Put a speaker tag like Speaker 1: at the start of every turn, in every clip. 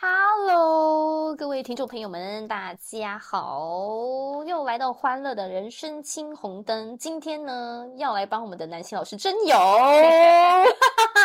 Speaker 1: Hello，各位听众朋友们，大家好！又来到欢乐的人生青红灯，今天呢要来帮我们的南希老师真 友，
Speaker 2: 我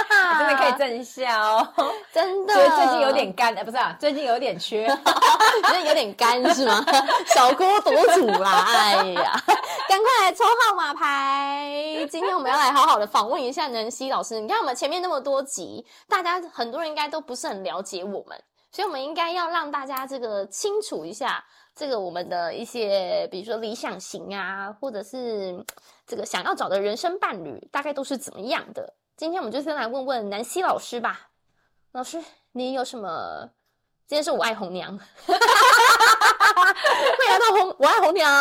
Speaker 1: 真
Speaker 2: 真的可以震一下哦，
Speaker 1: 真的，
Speaker 2: 觉得最近有点干，呃，不是啊，最近有点 缺，啊
Speaker 1: 觉得有点干是吗？小锅夺主啦！哎呀，赶快来抽号码牌！今天我们要来好好的访问一下南希老师。你看我们前面那么多集，大家很多人应该都不是很了解我们，所以我们应该要让大家这个清楚一下。这个我们的一些，比如说理想型啊，或者是嗯这个想要找的人生伴侣，大概都是怎么样的？今天我们就先来问问南希老师吧。老师，你有什么？今天是我爱红娘，欢迎
Speaker 2: 啊
Speaker 1: 来到红我爱红娘。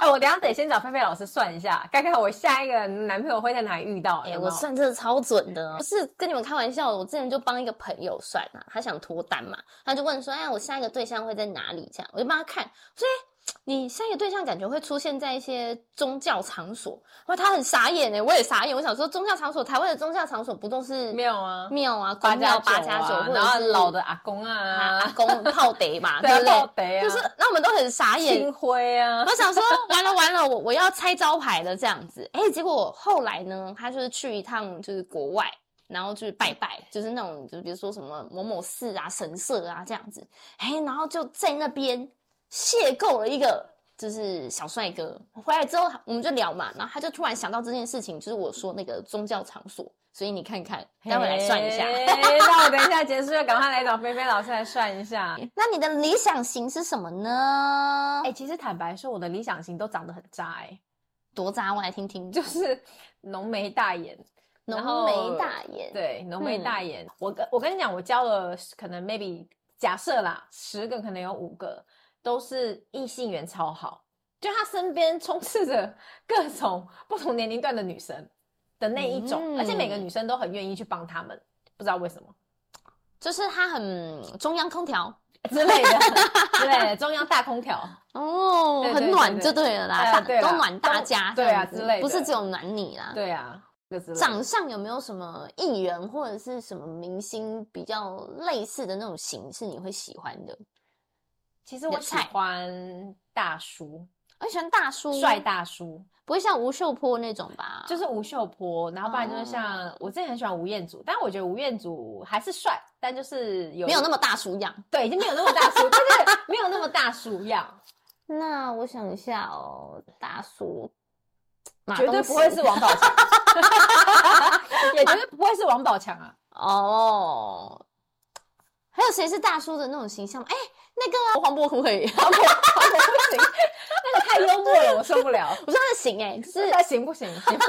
Speaker 2: 哎，我等一下得先找菲菲老师算一下，看看我下一个男朋友会在哪里遇到。
Speaker 1: 哎、
Speaker 2: 有没
Speaker 1: 我
Speaker 2: 有
Speaker 1: 算真的超准的，不是跟你们开玩笑。我之前就帮一个朋友算啊，他想脱单嘛，他就问说：“哎，我下一个对象会在哪里？”这样，我就帮他看，我说：“哎，你下一个对象感觉会出现在一些宗教场所。”哇，他很傻眼哎、我也傻眼。我想说，宗教场所，台湾的宗教场所不都是
Speaker 2: 没有啊，
Speaker 1: 庙啊、
Speaker 2: 八
Speaker 1: 公
Speaker 2: 加
Speaker 1: 庙、
Speaker 2: 九
Speaker 1: 八加九，
Speaker 2: 啊
Speaker 1: 或者
Speaker 2: 然后
Speaker 1: 是
Speaker 2: 老的阿公
Speaker 1: 啊阿
Speaker 2: 啊，
Speaker 1: 公泡得嘛，
Speaker 2: 对
Speaker 1: 对
Speaker 2: 啊
Speaker 1: 不
Speaker 2: 老
Speaker 1: 对？
Speaker 2: 得啊，
Speaker 1: 就是那我们都很傻眼，
Speaker 2: 清辉啊
Speaker 1: 我，想说，完了完了，我我要拆招牌了这样子。哎、结果后来呢，他就是去一趟就是国外，然后就是拜拜，就是那种就比如说什么某某寺啊、神社啊这样子。哎、然后就在那边邂逅了一个就是小帅哥。回来之后我们就聊嘛，然后他就突然想到这件事情，就是我说那个宗教场所，所以你看看，待会来算一下。
Speaker 2: 嘿那我等一下结束就赶快来找菲菲老师来算一下。
Speaker 1: 那你的理想型是什么呢？
Speaker 2: 哎，
Speaker 1: 哎，
Speaker 2: 其实坦白说，我的理想型都长得很渣，哎，
Speaker 1: 多渣，我来听听。
Speaker 2: 就是浓眉大眼，然
Speaker 1: 浓
Speaker 2: 后
Speaker 1: 眉大眼，
Speaker 2: 对，浓眉
Speaker 1: 嗯
Speaker 2: 大眼。我跟我跟你讲，我交了十可能 maybe 假设啦，十个可能有五个都是异性缘超好，就他身边充斥着 各种不同年龄段的女生的那一种，而且每个
Speaker 1: 嗯
Speaker 2: 女生都很愿意去帮他们，不知道为什么。
Speaker 1: 就是它很中央空调
Speaker 2: 之类的，之类的，中央大空调，
Speaker 1: 哦
Speaker 2: 对对
Speaker 1: 很
Speaker 2: 对
Speaker 1: 暖
Speaker 2: 对
Speaker 1: 就对了啦，
Speaker 2: 哎
Speaker 1: 大
Speaker 2: 对啦
Speaker 1: 都暖大家
Speaker 2: 都
Speaker 1: 这样
Speaker 2: 对啊
Speaker 1: 子
Speaker 2: 之类的
Speaker 1: 不是只有暖你啦。
Speaker 2: 对啊，这之类的
Speaker 1: 长相有没有什么艺人或者是什么明星比较类似的那种型是你会喜欢的？
Speaker 2: 其实我
Speaker 1: 的
Speaker 2: 喜
Speaker 1: 菜嗯
Speaker 2: 欢大叔，
Speaker 1: 我喜欢大叔，
Speaker 2: 帅，大叔，
Speaker 1: 不会像吴秀波那种吧？
Speaker 2: 就是吴秀波，然后不然就是像、我之前很喜欢吴彦祖，但我觉得吴彦祖还是帅，但就是有
Speaker 1: 没有那么大叔样。
Speaker 2: 对，已经没有那么大叔，就是没有那么大叔样，
Speaker 1: 那我想一下哦，大叔，马
Speaker 2: 绝对
Speaker 1: 东
Speaker 2: 不会
Speaker 1: 石
Speaker 2: 是王宝强， 也绝对不会是王宝强 啊。
Speaker 1: 哦。还有谁是大叔的那种形象吗？哎、那个黄渤可不可以？
Speaker 2: OK，不行， 那个太幽默了，我受不了。
Speaker 1: 我说他的型哎、就是
Speaker 2: 那行不行？行吗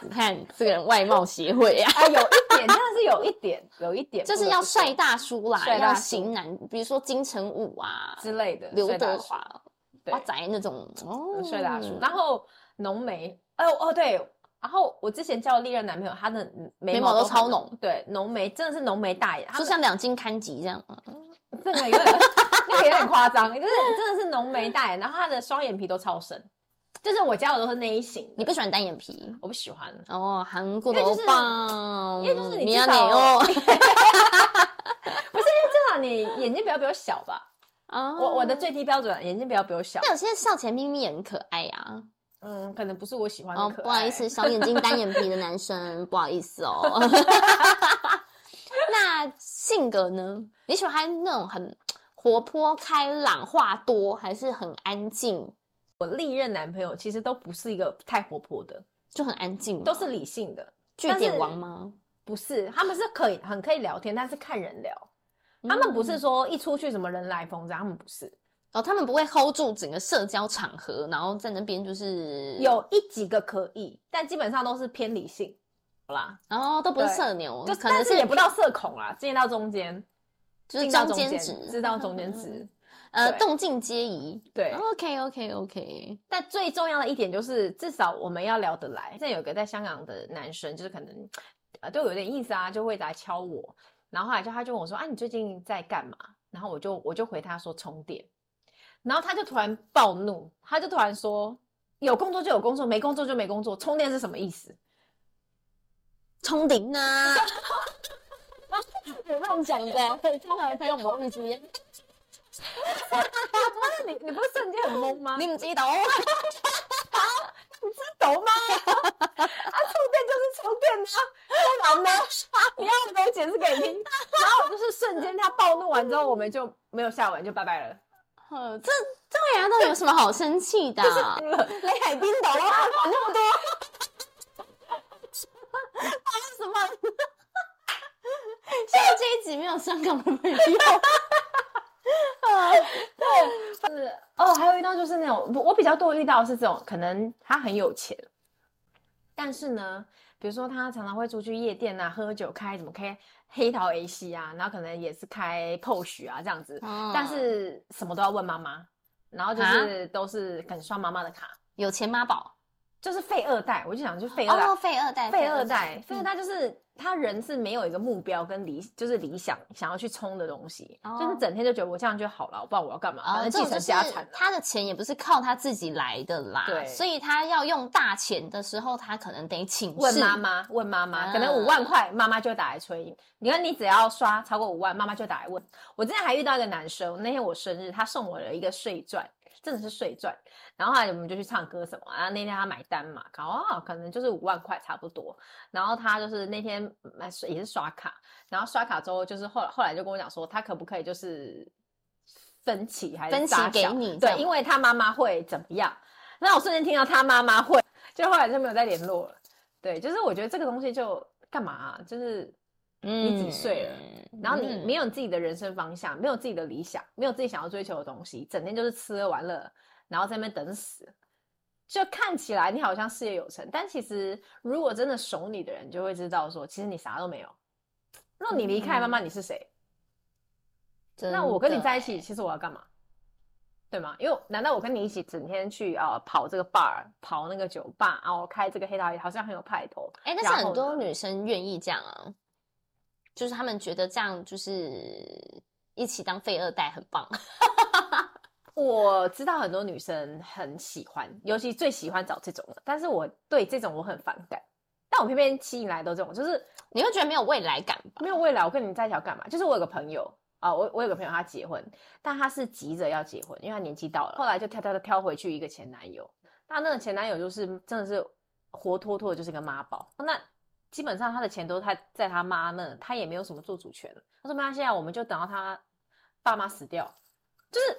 Speaker 1: 你看这个人外貌协会 啊，
Speaker 2: 啊，有一点，真的是有一点，有一点，
Speaker 1: 就是
Speaker 2: 不得
Speaker 1: 要
Speaker 2: 不说
Speaker 1: 帅大叔啦，
Speaker 2: 帅
Speaker 1: 要
Speaker 2: 大叔
Speaker 1: 型男，比如说金城武啊、
Speaker 2: 之类的，
Speaker 1: 刘
Speaker 2: 帅大
Speaker 1: 德
Speaker 2: 叔
Speaker 1: 华、
Speaker 2: 对
Speaker 1: 华仔那种哦，
Speaker 2: 帅呃大叔，然后浓眉，哦哦对，然后我之前交的历任男朋友，他的嗯眉
Speaker 1: 眉
Speaker 2: 毛
Speaker 1: 毛都
Speaker 2: 很
Speaker 1: 超浓，
Speaker 2: 对，浓眉真的是浓眉大眼，他
Speaker 1: 就
Speaker 2: 们
Speaker 1: 像两斤看集这样。
Speaker 2: 这个有 点那个有点夸张，就是真的是浓眉大眼，然后他的双眼皮都超深，就是我交的都是那一型，
Speaker 1: 你不喜欢单眼皮
Speaker 2: 我不喜欢，
Speaker 1: 哦，韩国的
Speaker 2: 因为
Speaker 1: 欧
Speaker 2: 就是
Speaker 1: 巴，
Speaker 2: 因为就是你
Speaker 1: 米
Speaker 2: 至
Speaker 1: 亚
Speaker 2: 少
Speaker 1: 内哦，
Speaker 2: 不是因为至少你眼睛不要比我小吧，
Speaker 1: 啊
Speaker 2: 我我的最低标准眼睛不要比我小，
Speaker 1: 那有些笑起来眯眯也很可爱啊呀、
Speaker 2: 嗯，可能不是我喜欢
Speaker 1: 啊。
Speaker 2: 的
Speaker 1: 哦，
Speaker 2: 可
Speaker 1: 不好
Speaker 2: 爱
Speaker 1: 意 思，小眼睛单眼皮的男生，不好意思哦。 那性格呢？你喜欢那种很活泼、开朗、话多，还是很安静？
Speaker 2: 我历任男朋友其实都不是一个太活泼的，
Speaker 1: 就很安静吗，
Speaker 2: 都是理性的。
Speaker 1: 据
Speaker 2: 但是
Speaker 1: 点王吗？
Speaker 2: 不是，他们是可以很可以聊天，但是看人聊。他们不是
Speaker 1: 嗯
Speaker 2: 说一出去什么人来疯这样，他们不是。
Speaker 1: 哦，他们不会 hold 住整个社交场合，然后在那边就是
Speaker 2: 有一几个可以，但基本上都是偏理性啦，
Speaker 1: 哦，都不是
Speaker 2: 对
Speaker 1: 社牛，
Speaker 2: 就
Speaker 1: 可能
Speaker 2: 但是也不到社恐啦，进到中间，
Speaker 1: 就是
Speaker 2: 进到
Speaker 1: 中间值
Speaker 2: 值，，知道中间值。
Speaker 1: 呃，
Speaker 2: 对
Speaker 1: 动静皆宜。
Speaker 2: 对，
Speaker 1: OK OK OK，
Speaker 2: 但最重要的一点就是，至少我们要聊得来。现在有一个在香港的男生，就是可能呃对我有点意思啊，就会来敲我，然后后来就他就问我说：“啊，你最近在干嘛？”然后我就我就回他说充电，然后他就突然暴怒，他就突然说：“有工作就有工作，没工作就没工作，充电是什么意思
Speaker 1: 冲顶啊！我乱讲的，香港的朋友们会直接，
Speaker 2: 你你不是瞬间很懵吗？
Speaker 1: 你唔知道，
Speaker 2: 懂吗？啊，触电就是触电啊，不 然呢？你要我怎么解释给你听？然后我就是瞬间他暴怒完之后，我们就没有下文，就拜拜了。
Speaker 1: 呃 这这个人到底有什么好生气的啊？
Speaker 2: 你海滨懂 啊，管那么多，
Speaker 1: 什么？现在这一集没有香港的朋 友，
Speaker 2: 是哦，还有遇到就是那种，我我比较多遇到的是这种，可能他很有钱，但是呢，比如说他常常会出去夜店啊，喝酒开怎么开黑桃 A C 啊，然后可能也是开 POS 啊这样子，
Speaker 1: 嗯
Speaker 2: 但是什么都要问妈妈，然后就是都是可能刷妈妈的卡，
Speaker 1: 有钱妈宝
Speaker 2: 就是废二代，我就想就废二代，
Speaker 1: 哦，废二代，
Speaker 2: 废二代，废二
Speaker 1: 嗯
Speaker 2: 代就是他人是没有一个目标跟理，就是理想想要去冲的东西，
Speaker 1: 哦
Speaker 2: 就是整天就觉得我这样就好了，我不然我要干嘛，反
Speaker 1: 哦，
Speaker 2: 正
Speaker 1: 这
Speaker 2: 继
Speaker 1: 种
Speaker 2: 承
Speaker 1: 就是
Speaker 2: 呃家产啊。
Speaker 1: 他的钱也不是靠他自己来的啦，
Speaker 2: 对
Speaker 1: 所以他要用大钱的时候，他可能得请
Speaker 2: 问
Speaker 1: 示
Speaker 2: 妈妈，问妈妈，可
Speaker 1: 啊
Speaker 2: 能五万块，妈妈就打来催。你看，你只要刷超过五万，妈妈就打来问。我之前还遇到一个男生，那天我生日，他送我了一个碎钻，真的是碎钻。然后后来我们就去唱歌什么，然后那天他买单嘛，搞哦，可能就是五万块差不多。然后他就是那天买也是刷卡，然后刷卡之后就是后来后来就跟我讲说，他可不可以就是分期还是
Speaker 1: 分期
Speaker 2: 扎
Speaker 1: 给
Speaker 2: 小
Speaker 1: 你这
Speaker 2: 对，
Speaker 1: 样
Speaker 2: 因为他妈妈会怎么样？那我瞬间听到他妈妈会，就后来就没有再联络了。对，就是我觉得这个东西就干嘛啊、就是
Speaker 1: 嗯
Speaker 2: 你几岁了，然后你
Speaker 1: 嗯
Speaker 2: 没有自己的人生方向，没有自己的理想，没有自己想要追求的东西，整天就是吃喝玩乐，然后在那边等死。就看起来你好像事业有成，但其实如果真的熟你的人就会知道说，其实你啥都没有。如果你离开妈妈，你是谁？
Speaker 1: 真
Speaker 2: 那我跟你
Speaker 1: 的
Speaker 2: 在一起，其实我要干嘛？对吗？因为难道我跟你一起整天去呃跑这个 bar，跑那个酒吧，然后开这个黑道，好像很有派头？
Speaker 1: 哎、但
Speaker 2: 然
Speaker 1: 是很
Speaker 2: 后
Speaker 1: 多
Speaker 2: 呢
Speaker 1: 女生愿意这样啊，就是她们觉得这样就是一起当废二代很棒。
Speaker 2: 我知道很多女生很喜欢，尤其最喜欢找这种的，但是我对这种我很反感。但我偏偏吸引来都这种，就是
Speaker 1: 你会觉得没有未来感吧？
Speaker 2: 没有未来，我跟你在一起要干嘛？就是我有个朋友啊、我我有个朋友他结婚，但他是急着要结婚，因为他年纪到了，后来就挑挑挑挑回去一个前男友。那那个前男友就是真的是活脱脱的就是个妈宝，那基本上他的钱都他在他妈那，他也没有什么做主权。他说没关系啊，我们就等到他爸妈死掉，就是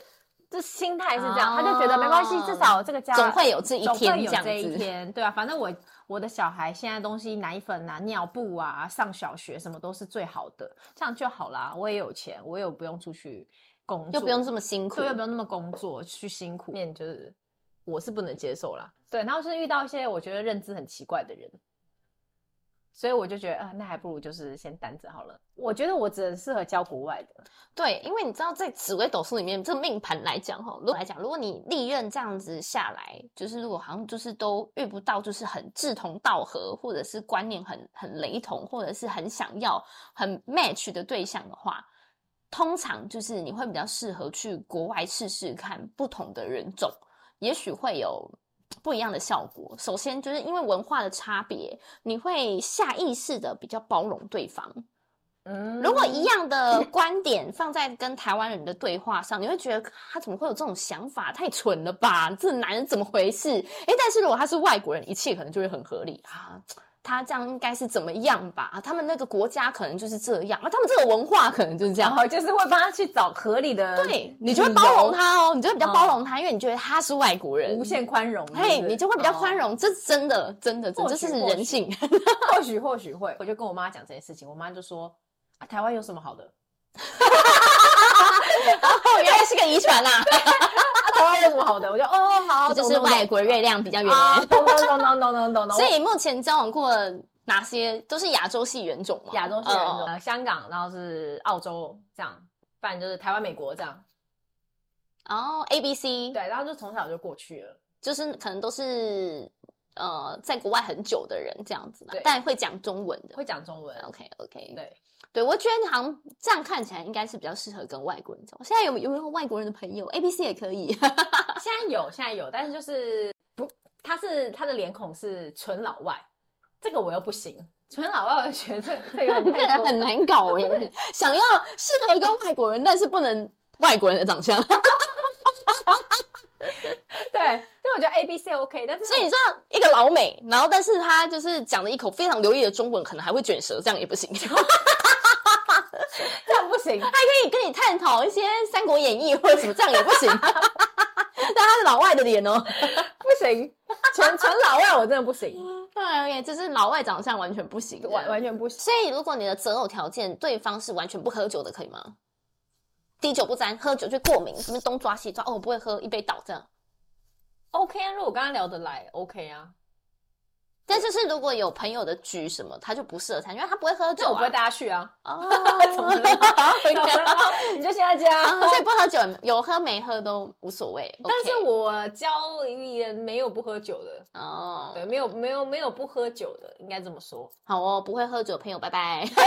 Speaker 2: 这心态是这样，他就觉得没关系，至少这个家
Speaker 1: 哦总会有这一
Speaker 2: 啊总
Speaker 1: 天
Speaker 2: 会有
Speaker 1: 这样
Speaker 2: 这一
Speaker 1: 子
Speaker 2: 天，对啊，反正我我的小孩现在东西奶粉啊、尿布啊、上小学什么都是最好的，这样就好啦。我也有钱，我也不用出去工
Speaker 1: 又
Speaker 2: 作，
Speaker 1: 不用这么辛苦
Speaker 2: 对，，又不用那么工作去辛苦，面就是我是不能接受啦。对，然后就是遇到一些我觉得认知很奇怪的人，所以我就觉得啊、那还不如就是先单着好了。我觉得我只能适合教国外的，
Speaker 1: 对，因为你知道，在紫微斗数里面，这命盘来讲哈，如果来讲，如果你历任这样子下来，就是如果好像就是都遇不到，就是很志同道合，或者是观念很很雷同，或者是很想要很 match 的对象的话，通常就是你会比较适合去国外试试看不同的人种，也许会有。不一样的效果。首先，就是因为文化的差别，你会下意识的比较包容对方，
Speaker 2: 嗯
Speaker 1: 如果一样的观点放在跟台湾人的对话上，你会觉得他怎么会有这种想法？太蠢了吧！这男人怎么回事？诶，但是如果他是外国人，一切可能就会很合理啊。他这样应该是怎么样吧？啊，他们那个国家可能就是这样啊，他们这个文化可能就是这样
Speaker 2: 然。后就是会帮他去找合理的理由，
Speaker 1: 对，你就会包容他哦，你就会比较包容他，因为你觉得他是外国人，
Speaker 2: 无限宽容，
Speaker 1: 嘿，
Speaker 2: 是不是
Speaker 1: 你就会比较
Speaker 2: 哦
Speaker 1: 宽容，这是真的，真的，真
Speaker 2: 或
Speaker 1: 的这
Speaker 2: 许
Speaker 1: 是
Speaker 2: 或
Speaker 1: 人
Speaker 2: 许
Speaker 1: 性。
Speaker 2: 哦或许或许 会，我就跟我妈讲这件事情，我妈就说啊，台湾有什么好的？
Speaker 1: 哦， 原来是个遗传呐，
Speaker 2: 啊，台湾有什么好的？我就哦好，
Speaker 1: 这就
Speaker 2: 懂
Speaker 1: 是
Speaker 2: 懂懂
Speaker 1: 外国月亮比较圆。
Speaker 2: 啊，懂懂懂懂懂懂懂懂。
Speaker 1: 所以目前交往过哪些都是亚洲系原种吗？
Speaker 2: 亚洲是人种，
Speaker 1: 哦
Speaker 2: 呃，香港，然后是澳洲这样，不然就是台湾、美国这样。
Speaker 1: 哦，A、B、C，
Speaker 2: 对，然后就从小就过去了。
Speaker 1: 就是可能都是呃在国外很久的人这样子嘛
Speaker 2: 对，
Speaker 1: 但会讲中文的。
Speaker 2: 会讲中文，
Speaker 1: OK OK，
Speaker 2: 对，
Speaker 1: 对我觉得你好像这样看起来应该是比较适合跟外国人交往。现在有有没有外国人的朋友？A、B、C 也可以。
Speaker 2: 现在有，现在有，但是就是不，他是他的脸孔是纯老外，这个我又不行，纯老外，我觉得这这有
Speaker 1: 那
Speaker 2: 点
Speaker 1: 个
Speaker 2: 太
Speaker 1: 人
Speaker 2: 多
Speaker 1: 很难搞耶。想要适合跟外国人，但是不能外国人的长相。
Speaker 2: 对，但我觉得 A B C OK，但 是
Speaker 1: 所以你知道，一个老美，然后但是他就是讲了一口非常流利的中文，可能还会卷舌，这样也不行。他
Speaker 2: 这样不行，
Speaker 1: 可以跟你探讨一些《三国演义》或者什么，这样也不行。 但他是老外的脸哦。
Speaker 2: 不行，纯纯老外我真的不行，
Speaker 1: 对耶，就是老外长相完全不行。
Speaker 2: 完完全不行。
Speaker 1: 所以，如果你的择偶条件对方是完全不喝酒的，可以吗？滴酒不沾，喝酒就过敏，什么东抓西抓，哦，我不会喝，一杯倒这样。
Speaker 2: OK 啊，如果我跟他聊得来，OK 啊，
Speaker 1: 但就是如果有朋友的局什么，他就不适合参加，因为他不会喝酒、
Speaker 2: 这
Speaker 1: 啊。
Speaker 2: 我不会带他去啊，，
Speaker 1: 哦
Speaker 2: 怎么 了然后 你就先在家。
Speaker 1: 啊所以不喝酒，有喝没喝都无所谓。
Speaker 2: 但是
Speaker 1: OK
Speaker 2: 我交里人没有不喝酒的，
Speaker 1: 哦，
Speaker 2: 对，没有没有没有不喝酒的，应该这么说。
Speaker 1: 好哦，不会喝酒的朋友，拜拜。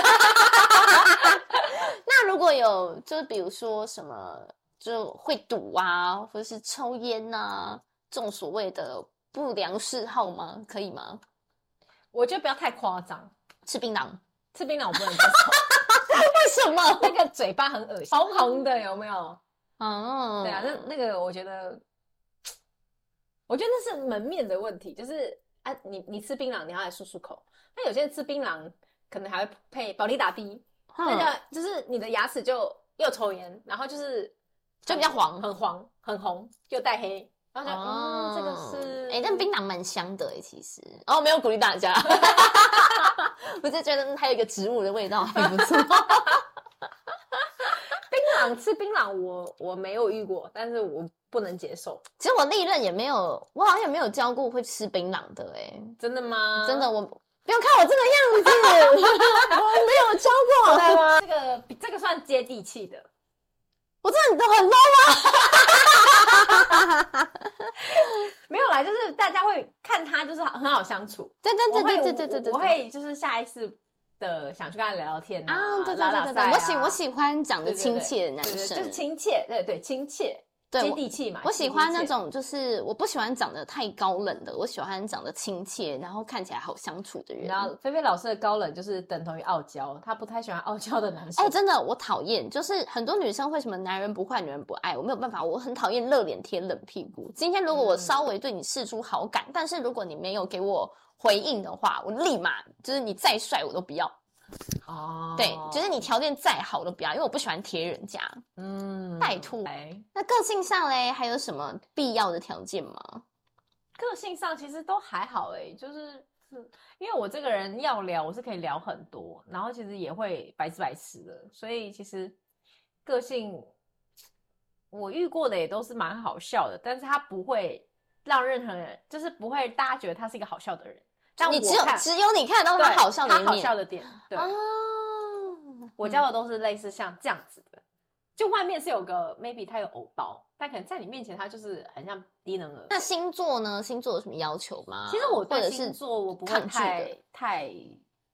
Speaker 1: 那如果有，就是比如说什么，就会赌啊，或者是抽烟呐、这种所谓的不良嗜好吗？可以吗？
Speaker 2: 我觉得不要太夸张，
Speaker 1: 吃槟榔？
Speaker 2: 吃槟榔我不能接受，
Speaker 1: 为什么？
Speaker 2: 那个嘴巴很恶心，红红的有没有？
Speaker 1: 哦，
Speaker 2: 对啊，那那个我觉得，我觉得那是门面的问题，就是啊，你你吃槟榔你要来漱漱口，那有些人吃槟榔可能还会配保利达 B，
Speaker 1: 哼
Speaker 2: 那个就是你的牙齿就又抽烟，然后就是
Speaker 1: 就比较黄
Speaker 2: 很黄、很红，又带黑，然后就、嗯，这
Speaker 1: 哦
Speaker 2: 个是
Speaker 1: 哎、但槟榔蛮香的哎、其实哦，没有鼓励大家， 我就觉得嗯它有一个植物的味道，还不 错。
Speaker 2: 槟榔吃槟榔我我没有遇过，但是我不能接受，
Speaker 1: 其实我历任也没有，我好像也没有教过会吃槟榔的哎、
Speaker 2: 真的吗？
Speaker 1: 真的，我不要看我这个样子，我没有教过，
Speaker 2: 哦这个比这个算接地气的，
Speaker 1: 我真的很 low
Speaker 2: 没有啦，就是大家会看他就是很好相处。
Speaker 1: 对对对
Speaker 2: 我会
Speaker 1: 对对对对对，
Speaker 2: 我会就是下一次的想去跟他聊聊天
Speaker 1: 啊，对对
Speaker 2: 拉拉
Speaker 1: 对对
Speaker 2: 塞
Speaker 1: 对，我喜
Speaker 2: 啊
Speaker 1: 我喜欢长得
Speaker 2: 对对
Speaker 1: 亲
Speaker 2: 对
Speaker 1: 切的男
Speaker 2: 对对
Speaker 1: 生，
Speaker 2: 就是亲切，对对亲切，
Speaker 1: 对
Speaker 2: 接
Speaker 1: 我
Speaker 2: 地气嘛。
Speaker 1: 我
Speaker 2: 接
Speaker 1: 喜
Speaker 2: 地
Speaker 1: 欢那
Speaker 2: 气
Speaker 1: 种，就是我不喜欢长得太高冷的，我喜欢长得亲切，然后看起来好相处的人。
Speaker 2: 然后菲菲老师的高冷就是等同于傲娇，她不太喜欢傲娇的男
Speaker 1: 哎、
Speaker 2: 生。
Speaker 1: 真的，我讨厌，就是很多女生会什么男人不坏，女人不爱，我没有办法，我很讨厌热脸贴冷屁股。今天如果我
Speaker 2: 嗯
Speaker 1: 稍微对你示出好感，但是如果你没有给我回应的话，我立马就是你再帅我都不要，
Speaker 2: 哦
Speaker 1: 对，就是你条件再好都不要，因为我不喜欢贴人家。
Speaker 2: 嗯
Speaker 1: 拜托
Speaker 2: 哎
Speaker 1: 那个性上嘞，还有什么必要的条件吗？
Speaker 2: 个性上其实都还好哎、就是。嗯因为我这个人要聊，我是可以聊很多，然后其实也会白吃白吃的，所以其实个性我遇过的也都是蛮好笑的，但是他不会让任何人，就是不会大家觉得他是一个好笑的人。但
Speaker 1: 你
Speaker 2: 我
Speaker 1: 只有
Speaker 2: 看
Speaker 1: 只有你看得到他
Speaker 2: 对
Speaker 1: 好笑的
Speaker 2: 他
Speaker 1: 一
Speaker 2: 好
Speaker 1: 面
Speaker 2: 笑的点，对，
Speaker 1: 啊。
Speaker 2: 我教的都是类似像这样子的，就外面是有个 maybe 他有偶包，但可能在你面前他就是很像低能儿。
Speaker 1: 那星座呢？星座有什么要求吗？
Speaker 2: 其实我
Speaker 1: 啊或
Speaker 2: 对
Speaker 1: 者
Speaker 2: 星
Speaker 1: 是
Speaker 2: 座我不会
Speaker 1: 抗拒
Speaker 2: 太
Speaker 1: 的。
Speaker 2: 太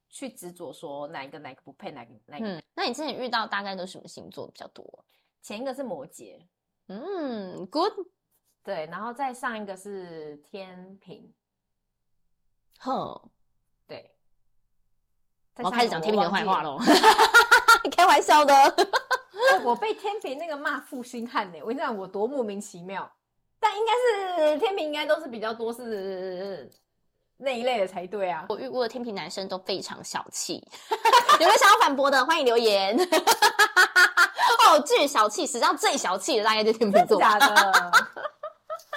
Speaker 2: 去执着说哪一个哪一个不配哪个哪一个。
Speaker 1: 嗯，那你之前遇到大概都什么星座比较多？
Speaker 2: 前一个是摩羯，
Speaker 1: 嗯，good，
Speaker 2: 对，然后再上一个是天平，
Speaker 1: 哼，
Speaker 2: 对。再
Speaker 1: 我要
Speaker 2: 上
Speaker 1: 哦开
Speaker 2: 一
Speaker 1: 始
Speaker 2: 个
Speaker 1: 讲
Speaker 2: 我
Speaker 1: 天平的
Speaker 2: 忘
Speaker 1: 坏
Speaker 2: 记
Speaker 1: 话
Speaker 2: 了。
Speaker 1: 喽， 开玩笑的。
Speaker 2: 哎我被天平那个骂负心汉呢、我跟你讲，我多莫名其妙。但应该是天平，应该都是比较多是那一类的才对啊。
Speaker 1: 我遇过的天平男生都非常小气， 有没有想要反驳的？欢迎留言。 哦，最小气，史上最小气的大概就是天秤
Speaker 2: 真
Speaker 1: 座
Speaker 2: 的，假 的？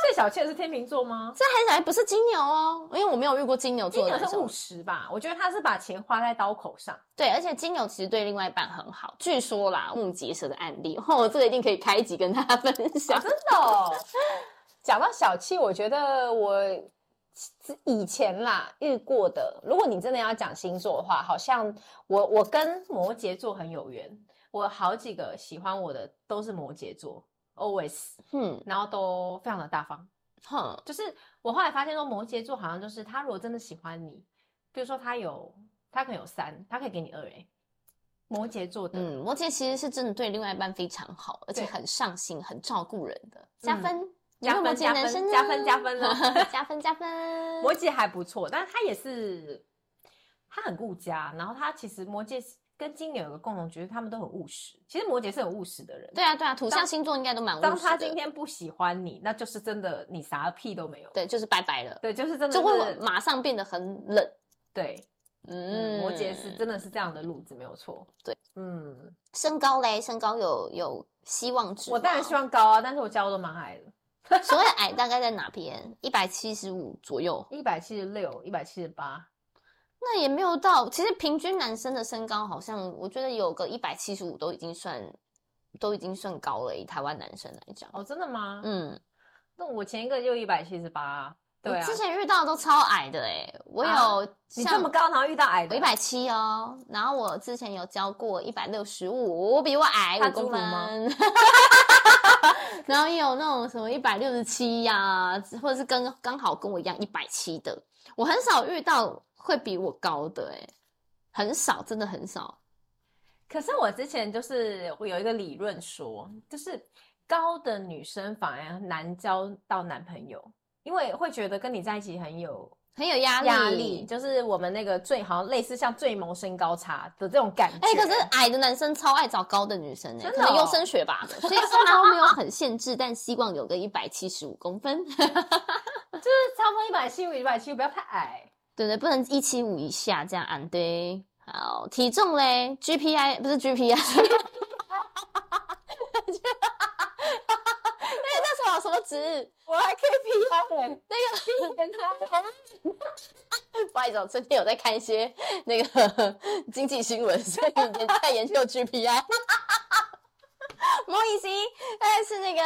Speaker 2: 最小气的是天秤座吗？
Speaker 1: 这很小气，不是金牛哦，因为我没有遇过金牛
Speaker 2: 金
Speaker 1: 座的
Speaker 2: 牛
Speaker 1: 男
Speaker 2: 是务
Speaker 1: 生。
Speaker 2: 实吧？我觉得他是把钱花在刀口上。
Speaker 1: 对，而且金牛其实对另外一半很好，据说啦，木结蛇的案例， 哦，这个一定可以开一集跟大家分享。
Speaker 2: 真的、哦。讲到小气，我觉得我以前啦遇过的，如果你真的要讲星座的话，好像我我跟摩羯座很有缘，我好几个喜欢我的都是摩羯座，always，
Speaker 1: 嗯，
Speaker 2: 然后都非常的大方。
Speaker 1: 哼，
Speaker 2: 就是我后来发现说，摩羯座好像就是他如果真的喜欢你，比如说他有他可能有三，他可以给你二哎，摩羯座的，
Speaker 1: 嗯，摩羯其实是真的对另外一半非常好，而且
Speaker 2: 对
Speaker 1: 很上心、很照顾人的，加
Speaker 2: 嗯
Speaker 1: 分。有
Speaker 2: 加
Speaker 1: 没有摩
Speaker 2: 分
Speaker 1: 羯
Speaker 2: 加
Speaker 1: 男生
Speaker 2: 分加
Speaker 1: 呢
Speaker 2: 分加分哦
Speaker 1: 加分加分。
Speaker 2: 摩羯还不错，但是他也是，他很顾家，然后他其实摩羯跟金牛有个共同，就是他们都很务实。其实摩羯是很务实的人，
Speaker 1: 对啊，对啊，土象星座应该都蛮务实的。
Speaker 2: 当他今天不喜欢你，那就是真的你啥屁都没有。
Speaker 1: 对，就是拜拜了，
Speaker 2: 对，就是真的
Speaker 1: 就会
Speaker 2: 是
Speaker 1: 马上变得很冷。
Speaker 2: 对，嗯，
Speaker 1: 嗯，
Speaker 2: 摩羯是真的是这样的路子，没有错。
Speaker 1: 对，
Speaker 2: 嗯，
Speaker 1: 身高嘞，身高有有希望值吗。
Speaker 2: 我当然希望高啊，但是我家我都蛮矮的，
Speaker 1: 所谓矮大概在哪边？一百七十五左右，
Speaker 2: 一百七十六、一百七十八，
Speaker 1: 那也没有到。其实平均男生的身高好像，我觉得有个一百七十五都已经算，都已经算高了。以台湾男生来讲，
Speaker 2: 哦，真的吗？
Speaker 1: 嗯，
Speaker 2: 那我前一个就一百七十八，对
Speaker 1: 我
Speaker 2: 啊
Speaker 1: 之，前遇到的都超矮的哎、我
Speaker 2: 啊
Speaker 1: 有
Speaker 2: 你
Speaker 1: 像、
Speaker 2: 这么高，然后遇到矮
Speaker 1: 我
Speaker 2: 的，
Speaker 1: 一百七哦，然后我之前有教过一百六十五，比我矮
Speaker 2: 他
Speaker 1: 五
Speaker 2: 侏儒
Speaker 1: 公
Speaker 2: 吗
Speaker 1: 分。 然后也有那种什么一百六十七呀，或者是跟刚好跟我一样一百七的，我很少遇到会比我高的、欸，很少，真的很少。
Speaker 2: 可是我之前就是我有一个理论说，就是高的女生反而难交到男朋友，因为会觉得跟你在一起很有
Speaker 1: 很有压力，
Speaker 2: 压力，就是我们那个最好像类似像最萌身高差的这种感觉。
Speaker 1: 哎、可是矮的男生超爱找高的女生哎、
Speaker 2: 真的
Speaker 1: 可能
Speaker 2: 哦
Speaker 1: 优生学 吧，所以身高没有很限制，但希望有个一百七十五公分，
Speaker 2: 就是差不多一百七五、一百七，不要太矮。
Speaker 1: 对对，不能一七五以下这样按对。好，体重嘞，GPI 不是 GPI，那 那什么什么值？
Speaker 2: 我还可以 P 他脸，那个 P 脸他。
Speaker 1: 不好意思哦，最近有在看一些那个经济新闻，所以也在研究 GPI。莫以西，但是那个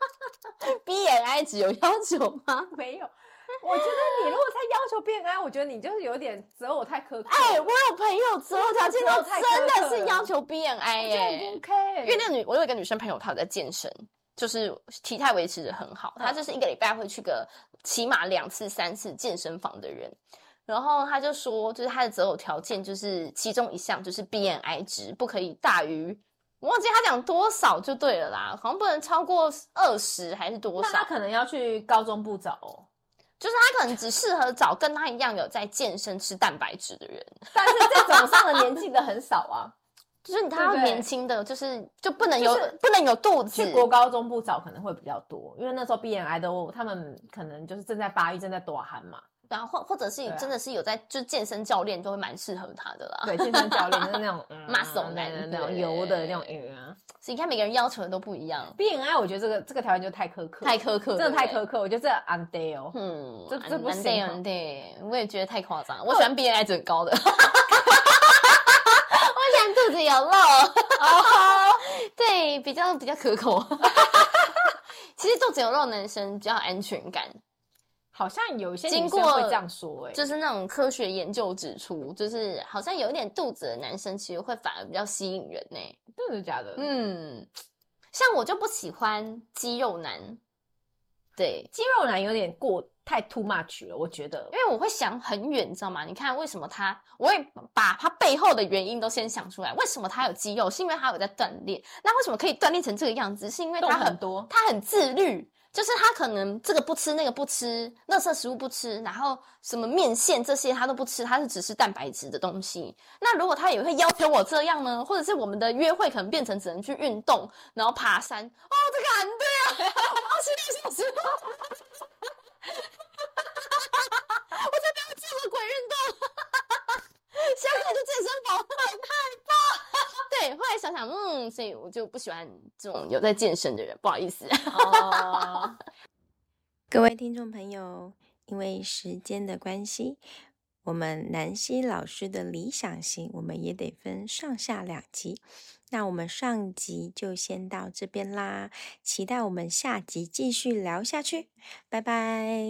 Speaker 1: BMI 值有要求吗？
Speaker 2: 没有，我觉得你如果再要求变矮，我觉得你就是有点择偶太苛刻。
Speaker 1: 哎、我有朋友择偶条件，他真的是要求 BMI
Speaker 2: 哎我
Speaker 1: 耶、
Speaker 2: 觉得很 OK，
Speaker 1: 因为那个女，我有一个女生朋友，她有在健身，就是体态维持的很好。
Speaker 2: 嗯
Speaker 1: 她就是一个礼拜会去个起码两次、三次健身房的人。然后她就说，就是她的择偶条件，就是其中一项就是 BMI 值不可以大于，我忘记她讲多少就对了啦，好像不能超过二十还是多
Speaker 2: 那
Speaker 1: 少
Speaker 2: 他，可能要去高中部找哦。
Speaker 1: 就是她可能只适合找跟她一样有在健身、吃蛋白质的人。
Speaker 2: 但是这种上了年纪的很少啊，
Speaker 1: 就是你，她要
Speaker 2: 对不对
Speaker 1: 年轻的，就是就不能有、
Speaker 2: 就是
Speaker 1: 不能有肚子，
Speaker 2: 去国高中部找可能会比较多，因为那时候 BNI 都他们可能就是正在发育，正在多汗嘛。
Speaker 1: 然后或或者是
Speaker 2: 对啊
Speaker 1: 真的是有在，就健身教练就会蛮适合他的啦。
Speaker 2: 对，健身教练就是那种嗯
Speaker 1: Muscle 男
Speaker 2: 那
Speaker 1: 对
Speaker 2: 那种油的那种嗯。
Speaker 1: 所以你看每个人要求的都不一样，
Speaker 2: BNI 我觉得这个这个条件就太苛刻，
Speaker 1: 太苛刻，
Speaker 2: 真的太
Speaker 1: 对不对。
Speaker 2: 苛刻，我觉得这 u n a 哦。
Speaker 1: 嗯，
Speaker 2: 这这不
Speaker 1: 难对
Speaker 2: 行哦哦
Speaker 1: 难对，我也觉得太夸张了。我喜欢 B N I 值很高的，我 喜欢肚子有
Speaker 2: 哦
Speaker 1: 肉， 对，比较比较可口。 其实肚子有肉的男生比较有安全感，
Speaker 2: 好像有一些
Speaker 1: 经
Speaker 2: 女生
Speaker 1: 过
Speaker 2: 会这样说、欸，哎，
Speaker 1: 就是那种科学研究指出，就是好像有一点肚子的男生其实会反而比较吸引人欸呢、
Speaker 2: 真的假的？
Speaker 1: 嗯，像我就不喜欢肌肉男，对，
Speaker 2: 肌肉男有点过太 too much 了，我觉得
Speaker 1: 因。为我会想很远，你知道吗？你看为什么他，我会把他背后的原因都先想出来。为什么他有肌肉？是因为他有在锻炼。那为什么可以锻炼成这个样子？是因为
Speaker 2: 动
Speaker 1: 他
Speaker 2: 很多，
Speaker 1: 他很自律，就是他可能这个不吃，那个不吃，垃圾食物不吃，然后什么面线这些他都不吃，他是只吃蛋白质的东西。那如果他也会要求我这样呢，或者是我们的约会可能变成只能去运动，然后爬山。哦，这个很对啊，我二十六小时。我才不要做个鬼运动，现在就健身房很对，后来想想，嗯，所以我就不喜欢这种有在健身的人，不好意思。
Speaker 2: 哦，
Speaker 3: 各位听众朋友，因为时间的关系，我们南希老师的理想型我们也得分上下两集。那我们上集就先到这边啦，期待我们下集继续聊下去，拜拜。